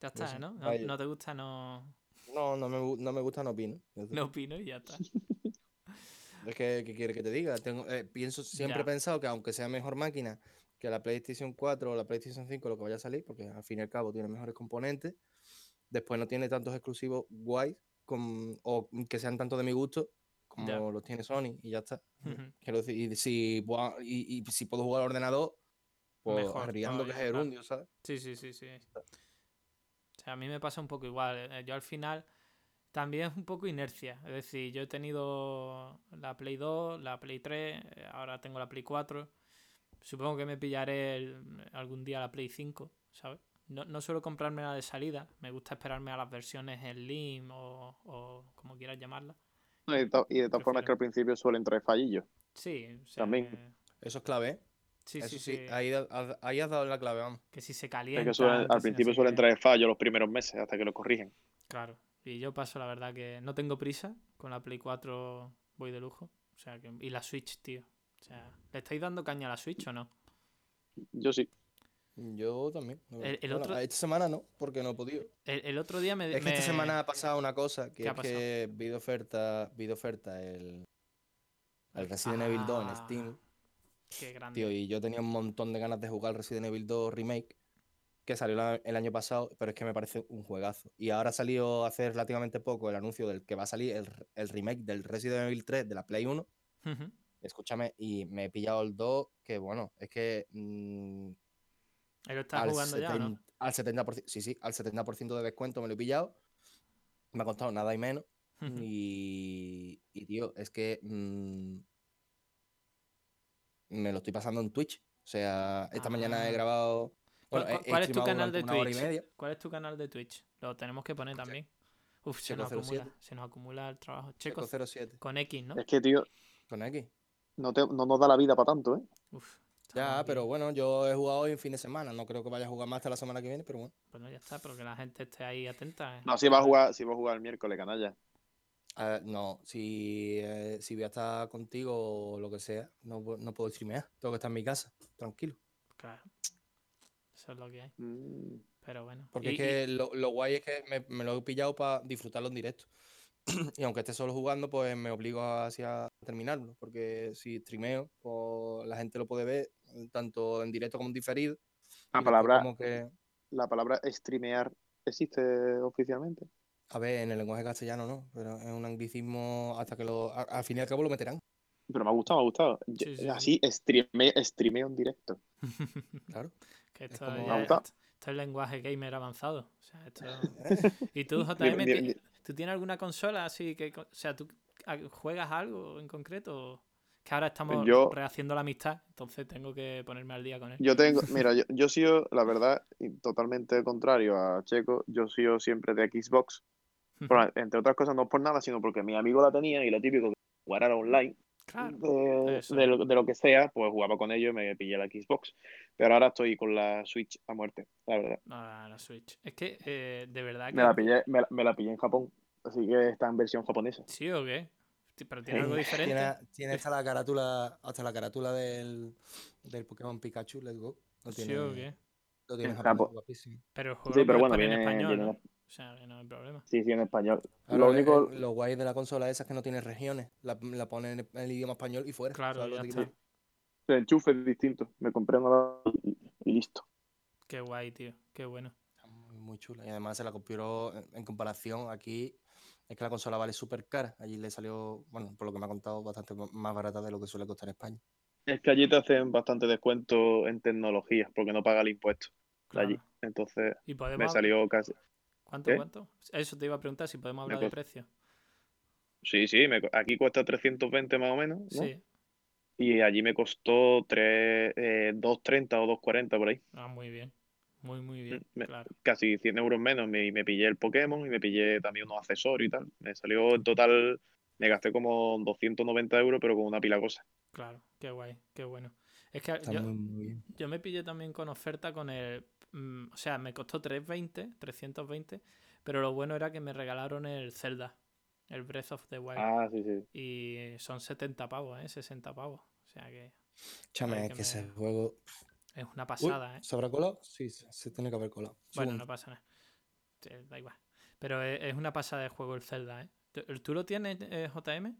S2: ya está,
S1: sé.
S2: ¿no? No,
S1: Vaya.
S2: no te gusta, no,
S1: No, no me, gu- no me gusta, no opino. Ya está.
S2: no opino y ya está.
S1: Es que, ¿qué quiere que te diga? Tengo, eh, pienso, siempre he
S2: Ya.
S1: pensado que aunque sea mejor máquina que la PlayStation 4 o la PlayStation 5, lo que vaya a salir, porque al fin y al cabo tiene mejores componentes, después no tiene tantos exclusivos guays con- o que sean tanto de mi gusto como
S2: Ya.
S1: los tiene Sony y ya está.
S2: Ujú.
S1: Quiero decir, y si, puedo- y, y si puedo jugar al ordenador, pues
S2: Mejor
S1: arriando que es
S2: todavía, claro.
S1: gerundio, ¿sabes?
S2: Sí, sí, sí, sí. O sea, a mí me pasa un poco igual. eh, Yo al final también es un poco inercia. Es decir, yo he tenido la Play 2, la Play 3, eh, ahora tengo la Play 4. Supongo que me pillaré el- algún día la Play 5, ¿sabes? No, no suelo comprarme la de salida. Me gusta esperarme a las versiones en Slim o, o como quieras llamarla.
S3: No, y de, to- y de todas formas
S2: Prefiero.
S3: que al principio suelen traer fallillos.
S2: Sí, o sea,
S3: También.
S2: que-
S1: Eso es clave, ¿eh?
S2: Sí,
S1: Eso
S2: sí,
S1: sí,
S2: sí.
S1: Ahí, da- has- ahí has dado en la clave, vamos.
S2: Que si se
S3: Es
S2: calienta.
S3: que suelen- al principio suelen traer fallos los primeros meses hasta que lo corrigen.
S2: Claro, y yo paso, la verdad, que no tengo prisa. Con la Play 4 voy de lujo. O sea, que... Y la Switch, tío. O sea, ¿le estáis dando caña a la Switch o no?
S3: Yo sí.
S1: Yo también. la verdad.
S2: El- el
S1: Bueno,
S2: otro-
S1: Esta semana no, porque no he podido.
S2: El, el otro día me.
S1: Es que esta
S2: me-
S1: semana ha pasado una cosa, que
S2: ¿Qué ha
S1: es que vi de oferta, vi de oferta el, el Resident Evil 2 en
S2: Ah,
S1: Steam,
S2: Qué grande.
S1: tío, y yo tenía un montón de ganas de jugar Resident Evil 2 Remake, que salió la- el año pasado, pero es que me parece un juegazo. Y ahora salió hace relativamente poco el anuncio del que va a salir el, r- el remake del Resident Evil 3 de la Play 1,
S2: Ujú.
S1: escúchame, y me he pillado el 2, que bueno, es que mm,
S2: Él lo está
S1: al
S2: jugando ya, ¿o ¿no?
S1: 70 al 70%, sí, sí, al 70% de descuento me lo he pillado, me ha costado nada y menos.
S2: Ujú.
S1: Y, y, tío, es que mm, me lo estoy pasando en Twitch. O sea, esta mañana
S2: Ah.
S1: he grabado.
S2: ¿Cuál,
S1: Bueno, he-
S2: cuál-
S1: he
S2: cuál es tu
S1: streamado
S2: canal
S1: durante
S2: de
S1: una hora y
S2: Twitch?
S1: media.
S2: ¿Cuál es tu canal de Twitch? Lo tenemos que poner también. Uf, se nos acumula.
S1: 007.
S2: Se nos acumula el trabajo. Checo,
S1: Checo 07
S2: con X, ¿no?
S3: Es que, tío,
S1: con X.
S2: Ah,
S3: no, te- no nos da la vida para tanto, ¿eh?
S2: Uf. estamos
S1: Ya,
S2: aquí.
S1: pero bueno, yo he jugado hoy en fin de semana. No creo que vaya a jugar más hasta la semana que viene, pero bueno.
S2: Pues Bueno, ya está, pero que la gente esté ahí atenta. ¿eh?
S3: No, sí va a jugar, sí va a jugar el miércoles, canalla.
S1: Eh, no, si, eh, si voy a estar contigo o lo que sea, no, pu- no puedo streamear. Tengo que estar en mi casa, tranquilo.
S2: Claro. Eso es lo que hay.
S3: Mm.
S2: Pero bueno.
S1: Porque
S2: Y-
S1: es que lo, lo guay es que me, me lo he pillado para disfrutarlo en directo. [CLEARS THROAT] y aunque esté solo jugando, pues me obligo así a terminarlo. Porque si streameo, pues la gente lo puede ver eh, tanto en directo como en diferido.
S3: La
S1: y después
S3: Ah, palabra,
S1: Como que,
S3: la palabra streamear existe oficialmente.
S1: a ver, en el lenguaje castellano no, pero es un anglicismo hasta que lo. a- al fin y al cabo lo meterán.
S3: Pero me ha gustado, me ha gustado. Yo-
S2: Sí, sí, sí.
S3: Así streame- streameo en directo.
S2: y-
S1: Claro.
S2: que
S1: es
S2: esto,
S1: como-
S2: ya-
S3: Auta.
S2: esto es lenguaje gamer avanzado. O sea, esto...
S3: [LAUGHS]
S2: ¿Y tú, JM,
S3: ni-
S2: ti-
S3: ni-
S2: tú tienes alguna consola así que... co- O sea, ¿tú a- juegas algo en concreto? Que ahora estamos
S3: Pues Yo-
S2: rehaciendo la amistad, entonces tengo que ponerme al día con él. [LAUGHS]
S3: Yo tengo, mira, yo, yo he sido, la verdad, y totalmente contrario a Checo, yo he sido siempre de Xbox. Bueno, entre otras cosas, no por nada, sino porque mi amigo la tenía y lo típico que jugar era online.
S2: claro.
S3: de,
S2: Ah, Eso.
S3: de lo, de lo que sea, pues jugaba con ellos y me pillé la Xbox. Pero ahora estoy con la Switch a muerte, la verdad.
S2: No, la, la Switch. Es que, eh, de verdad que...
S3: Me la pillé, me la, me la pillé en Japón, así que está en versión japonesa.
S2: ¿Sí o qué? Ti- Pero tiene
S1: Tiene-
S2: algo diferente.
S1: Tiene, tiene hasta la carátula, hasta la carátula del, del Pokémon Pikachu, let's go. Lo
S2: ¿Sí
S1: tiene,
S2: o qué?
S1: lo tiene en
S3: Está
S1: japonés,
S3: po-
S1: guapísimo.
S2: Pero el juego
S3: Sí,
S2: lo
S3: pero
S2: puedes
S3: bueno,
S2: poner en
S3: viene,
S2: español,
S3: viene-
S2: ¿no? O sea, que no
S1: [LAUGHS]
S2: hay problema.
S3: sí, sí, en español.
S1: Ahora,
S3: lo
S1: eh,
S3: único,
S1: eh, lo guay de la consola esa es que no tiene regiones. La, la ponen en el idioma español y fuera.
S2: Claro,
S1: ¿sabes
S2: ya
S1: lo que te quiero
S2: está.
S1: decir?
S3: el enchufe es distinto. Me compré una y, y listo.
S2: Qué guay, tío. Qué bueno.
S1: Está muy, muy chula. Y además se la compró en, en comparación aquí. Es que la consola vale súper cara. Allí le salió, bueno, por lo que me ha contado, bastante ma- más barata de lo que suele costar en España.
S3: Es que allí te hacen bastante descuento en tecnología, porque no paga el impuesto de allí.
S2: Claro.
S3: Entonces
S2: Y
S3: me
S2: podemos...
S3: salió casi.
S2: ¿Cuánto,
S3: ¿Eh?
S2: cuánto? Eso te iba a preguntar si podemos
S3: Me
S2: hablar de
S3: cost-
S2: precio.
S3: Sí, sí, me- aquí cuesta 320 más o menos, ¿no?
S2: Sí.
S3: Y allí me costó tres, eh, 2.30 o 2.40 por ahí.
S2: Ah, muy bien. Muy, muy bien.
S3: Mm, me-
S2: Claro.
S3: casi 100 euros menos me- y me pillé el Pokémon y me pillé también unos accesorios y tal. Me salió en total, me gasté como 290 euros, pero con una pila de cosas.
S2: Claro. Qué guay. Qué bueno. Es que
S1: Está
S2: yo,
S1: muy, muy bien.
S2: yo me pillé también con oferta con el... mm, o sea, me costó 320, 320, pero lo bueno era que me regalaron el Zelda, el Breath of the Wild.
S3: Ah, sí, sí.
S2: Y son 70 pavos, ¿eh? 60 pavos. O sea que
S1: Chame,
S2: Ay,
S1: es
S2: que
S1: que
S2: me-
S1: ese juego.
S2: es una
S1: Uy,
S2: pasada, ¿eh?
S1: ¿Se habrá colado? Sí, se, se tiene que haber colado.
S2: Bueno,
S1: Segundo.
S2: no pasa nada. Sí, Da igual. Pero e, es, es una pasada de juego el Zelda, ¿eh? ¿Tú- ¿Tú lo tienes, eh, JM?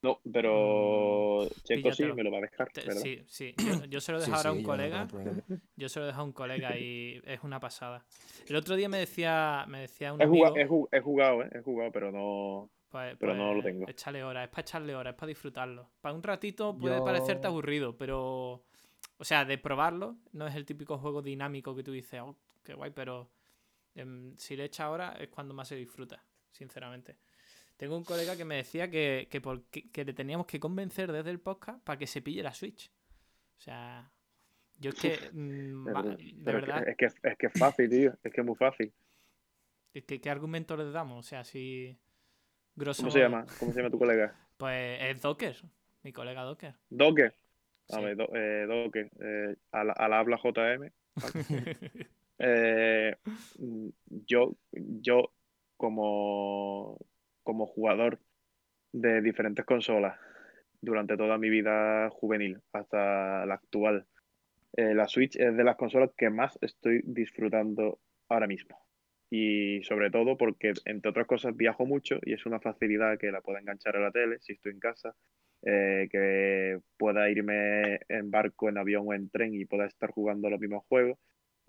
S3: No, pero Checo sí
S2: Mm, píllatelo.
S3: me lo va a dejar,
S2: Te-
S3: ¿verdad?
S2: sí, sí. Yo, yo se lo he
S1: Sí,
S2: dejado ahora a
S1: sí,
S2: un
S1: yo no tengo
S2: colega.
S1: problema.
S2: Yo se lo he dejado a un colega y es una pasada. El otro día me decía, me decía un
S3: He
S2: amigo.
S3: jugado, he, ju- he jugado, ¿eh? He jugado, pero no.
S2: pues-
S3: pero no lo
S2: pues,
S3: tengo.
S2: Échale horas, es para echarle horas, es para disfrutarlo. Para un ratito puede
S1: Yo-
S2: parecerte aburrido, pero. O sea, de probarlo, no es el típico juego dinámico que tú dices, oh, qué guay, pero. em, si le echas horas es cuando más se disfruta, sinceramente. Tengo un colega que me decía que, que, por- que- que le teníamos que convencer desde el podcast para que se pille la Switch. O sea. Yo es
S3: [LAUGHS]
S2: que. mm,
S3: De
S2: va-
S3: verdad.
S2: de
S3: Pero es que-
S2: verdad.
S3: Es que, es, que, es fácil, tío. Es que es muy fácil.
S2: ¿Qué, qué argumento le damos? O sea, si. Grosso
S3: ¿Cómo se
S2: modo,
S3: llama? ¿Cómo se llama tu colega?
S2: Pues es Docker, mi colega Docker.
S3: Docker.
S2: Sí.
S3: A
S2: [LAUGHS]
S3: ver, Do- eh, Docker. eh, a la- a la habla JM.
S2: [LAUGHS]
S3: Eh, mm, yo, yo como, como jugador de diferentes consolas durante toda mi vida juvenil hasta la actual, eh, la Switch es de las consolas que más estoy disfrutando ahora mismo. Y sobre todo porque, entre otras cosas, viajo mucho y es una facilidad que la pueda enganchar a la tele si estoy en casa, eh, que pueda irme en barco, en avión o en tren y pueda estar jugando los mismos juegos.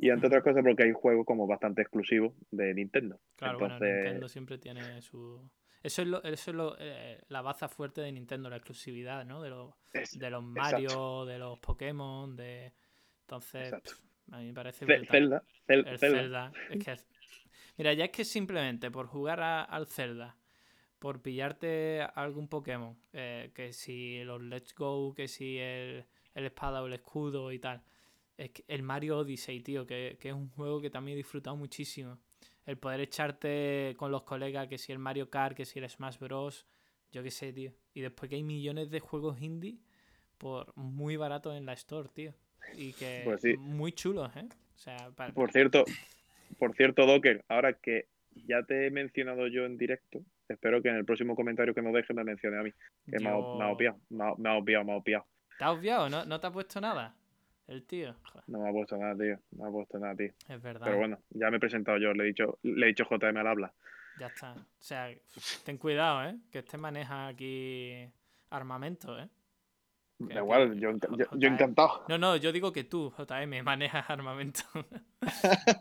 S3: Y entre otras cosas porque hay juegos como bastante exclusivos de Nintendo.
S2: Claro, bueno,
S3: Entonces,
S2: Nintendo siempre tiene su. Eso es, lo, eso es lo, eh, la baza fuerte de Nintendo, la exclusividad, ¿no? De los,
S3: es-
S2: de los Mario,
S3: exacto.
S2: de los Pokémon, de. Entonces,
S3: Exacto.
S2: pf, a mí me parece.
S3: Ze-
S2: brutal.
S3: Zelda, Zel-
S2: El
S3: Zelda.
S2: Zelda. Es que, mira, ya es que simplemente por jugar a- al Zelda, por pillarte algún Pokémon, eh, que si los Let's Go, que si el, el espada o el escudo y tal. Es que el Mario Odyssey, tío, que, que es un juego que también he disfrutado muchísimo. El poder echarte con los colegas, que si el Mario Kart, que si el Smash Bros. Yo qué sé, tío. Y después que hay millones de juegos indie por muy barato en la Store, tío. Y que
S3: Pues sí.
S2: muy chulos, ¿eh? O sea, para,
S3: Por cierto, por cierto, Docker, ahora que ya te he mencionado yo en directo, espero que en el próximo comentario que nos deje me mencione a mí. Que me, ha, me ha
S2: Yo-
S3: opiado, me ha, me ha opiado, me ha opiado.
S2: ¿Te has obviado? ¿No, ¿No te ha puesto nada? El tío. Joder,
S3: No me ha puesto nada, tío. No me ha puesto nada, tío.
S2: es verdad.
S3: Pero bueno, ya me he presentado yo, le he dicho, le he dicho JM al habla.
S2: Ya está. O sea, ten cuidado, ¿eh? Que este maneja aquí armamento, ¿eh?
S3: Da
S2: Ok,
S3: igual,
S2: ok.
S3: yo, enca- yo, yo
S2: JM.
S3: encantado.
S2: No, no, yo digo que tú, JM, [LAUGHS] manejas armamento.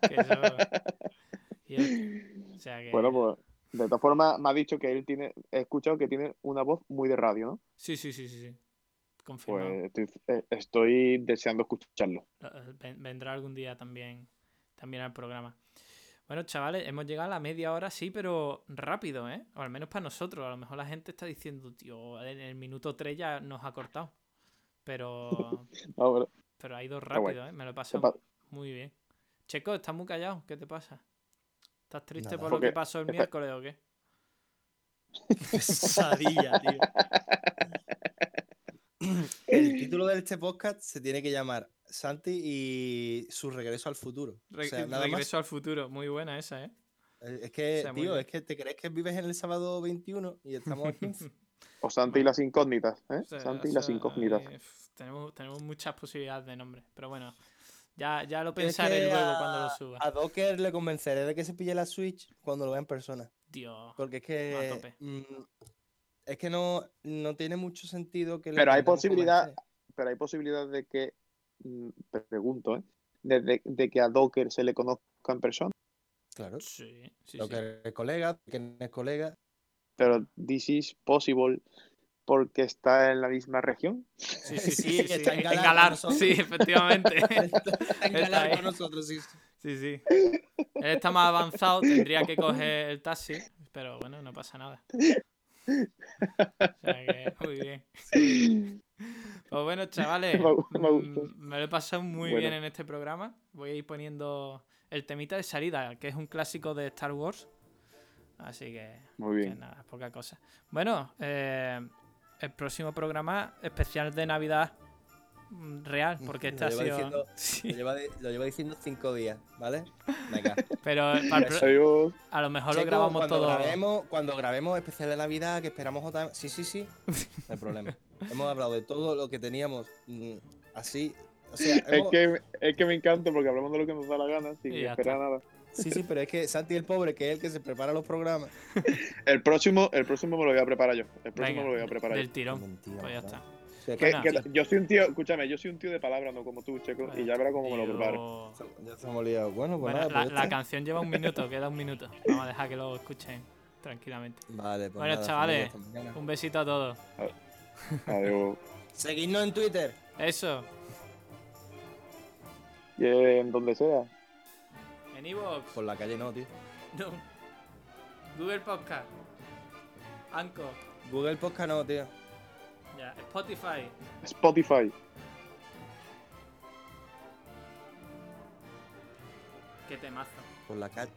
S2: Que eso- y el- o sea que-
S3: [LAUGHS] Bueno, pues de todas formas me ha dicho que él tiene, he escuchado que tiene una voz muy de radio, ¿no?
S2: Sí, sí, sí, sí. sí.
S3: Pues
S2: Confirmado.
S3: estoy, eh, estoy deseando escucharlo.
S2: Lo- eh, ven- Vendrá algún día también, también al programa. Bueno, chavales, hemos llegado a la media hora, sí, pero rápido, ¿eh? O al menos para nosotros. A lo mejor la gente está diciendo, tío, en el minuto 3 ya nos ha cortado. Pero,
S3: [LAUGHS] No, pero-
S2: pero ha ido
S3: guay.
S2: rápido, ¿eh? Me lo he pasado
S3: pa-
S2: muy bien. Checo, estás muy callado. ¿Qué te pasa? ¿Estás triste
S1: Nada.
S2: por lo que
S3: Porque-
S2: pasó el
S3: espe-
S2: miércoles o qué? Pesadilla, tío.
S1: El título de este podcast se tiene que llamar Santi y su regreso al futuro. O
S2: Re-
S1: sea, nada más.
S2: regreso al futuro. Muy buena esa, ¿eh?
S1: Eh, Es que,
S2: O sea, muy
S1: tío,
S2: bien.
S1: es que te crees que vives en el sábado 21 y estamos
S2: [LAUGHS]
S1: a 15.
S3: o Santi y las incógnitas, ¿eh?
S2: O sea,
S3: Santi y
S2: o
S3: las
S2: sea,
S3: incógnitas.
S2: eh, pf, tenemos, tenemos muchas posibilidades de nombre. Pero bueno, ya, ya lo
S1: Tienes
S2: pensaré
S1: que
S2: luego
S1: a-
S2: cuando lo suba.
S1: A Docker le convenceré de que se pille la Switch cuando lo vea en persona.
S2: Dios.
S1: Porque es
S2: A
S1: que.
S2: tope.
S1: mm, es que no, no tiene mucho sentido que. le
S3: Pero hay
S1: tengamos que
S3: posibilidad-
S1: convencer.
S3: Pero hay posibilidad de que, mm, te pregunto, ¿eh? De, de- de que a Docker se le conozca en persona.
S1: Claro.
S2: Sí, sí, sí.
S1: Docker es colega, que no es
S2: [LAUGHS]
S1: colega.
S3: Pero this is possible porque está en la misma región.
S1: [LAUGHS]
S2: Sí,
S1: Sí,
S2: sí, sí,
S1: que
S2: sí,
S1: está en
S2: en
S1: Galar con
S2: Galar,
S1: nosotros.
S2: sí, efectivamente.
S1: [LAUGHS] Está
S2: ahí.
S1: engalado con nosotros, sí.
S2: Sí, sí. Él está más avanzado, tendría que coger el taxi, pero bueno, no pasa nada. O sea que, muy bien. Pues bueno, chavales,
S3: Me ha gu- me ha
S2: mm,
S3: gustado.
S2: me lo he pasado muy
S3: Bueno.
S2: bien en este programa. Voy a ir poniendo el temita de salida, que es un clásico de Star Wars. Así que,
S3: Muy
S2: que
S3: bien.
S2: nada, poca cosa. Bueno, eh, el próximo programa especial de Navidad mm, real,
S1: [LAUGHS]
S2: porque
S1: Lo
S2: este ha
S1: lleva
S2: sido...
S1: diciendo-
S2: [LAUGHS] Sí.
S1: Lo lleva, de- lo lleva diciendo cinco días, ¿vale?
S2: [LAUGHS]
S1: Venga.
S2: Pero para el pro-
S3: Adiós.
S2: a lo mejor lo
S1: Checo,
S2: grabamos
S1: cuando
S2: todo.
S1: Grabemos, cuando grabemos especial de Navidad, que esperamos otra. Sí, sí, sí. No hay problema.
S2: [LAUGHS]
S1: hemos hablado de todo lo que teníamos mm, así. O sea,
S3: Es
S1: hemos-
S3: que, es que me encanta porque hablamos de lo que nos da la gana sin
S2: Y ya
S3: esperar
S2: está.
S3: nada.
S1: sí, sí, pero es que Santi el pobre, que es el que se prepara los programas.
S3: El próximo, el próximo me lo voy a preparar yo. El
S2: Venga,
S3: próximo me lo voy a preparar
S2: del
S3: yo.
S2: tirón.
S1: Mentira,
S2: Pues ya
S1: ¿verdad?
S2: está.
S1: O sea,
S3: Que-
S1: que
S2: Venga.
S3: que- yo soy un tío, escúchame, yo soy un tío de palabras, no como tú, Checo, y ya verás cómo me lo
S2: Tío.
S3: preparo.
S1: ya se hemos liado. Bueno, pues
S2: Bueno,
S1: nada,
S2: la,
S1: pues ya
S2: la
S1: está.
S2: canción lleva un minuto, queda un minuto. Vamos a dejar que lo escuchen tranquilamente.
S1: Vale, pues
S2: Bueno,
S1: nada,
S2: chavales.
S1: familia, hasta mañana.
S2: Un besito a todos.
S3: Adiós.
S1: Seguidnos en Twitter.
S2: Eso,
S3: Y en donde sea.
S2: en Evox,
S1: Por la calle no, tío.
S2: Google Podcast, Anchor,
S1: Google Podcast no, tío.
S2: ya, Spotify.
S3: Spotify.
S2: Qué temazo.
S1: Por la calle.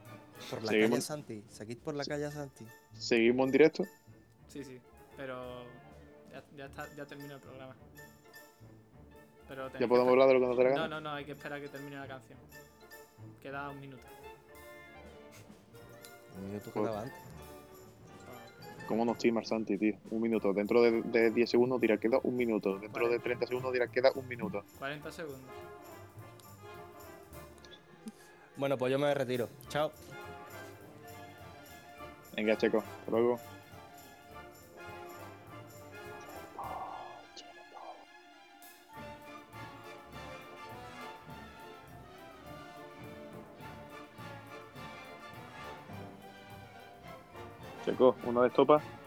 S1: Por la
S3: Seguimos.
S1: calle Santi. Seguid por la calle Santi.
S3: Seguimos en directo.
S2: Sí, sí, pero ya, ya está, ya termina el programa. Pero
S3: Ya
S2: tenéis que
S3: podemos hablar de lo que nos dé la
S2: No,
S3: gana.
S2: no, no, hay que esperar a que termine la canción. Queda un minuto.
S1: Un minuto
S3: Joder.
S1: quedaba antes.
S3: ¿Cómo nos timas, Santi, tío? Un minuto. Dentro de, de 10 segundos dirá queda un minuto. Dentro de 30 segundos dirá queda un minuto.
S2: 40 segundos.
S1: Bueno, pues yo me retiro. Chao.
S3: Venga, Checo. Hasta luego. Checo, una de estopa.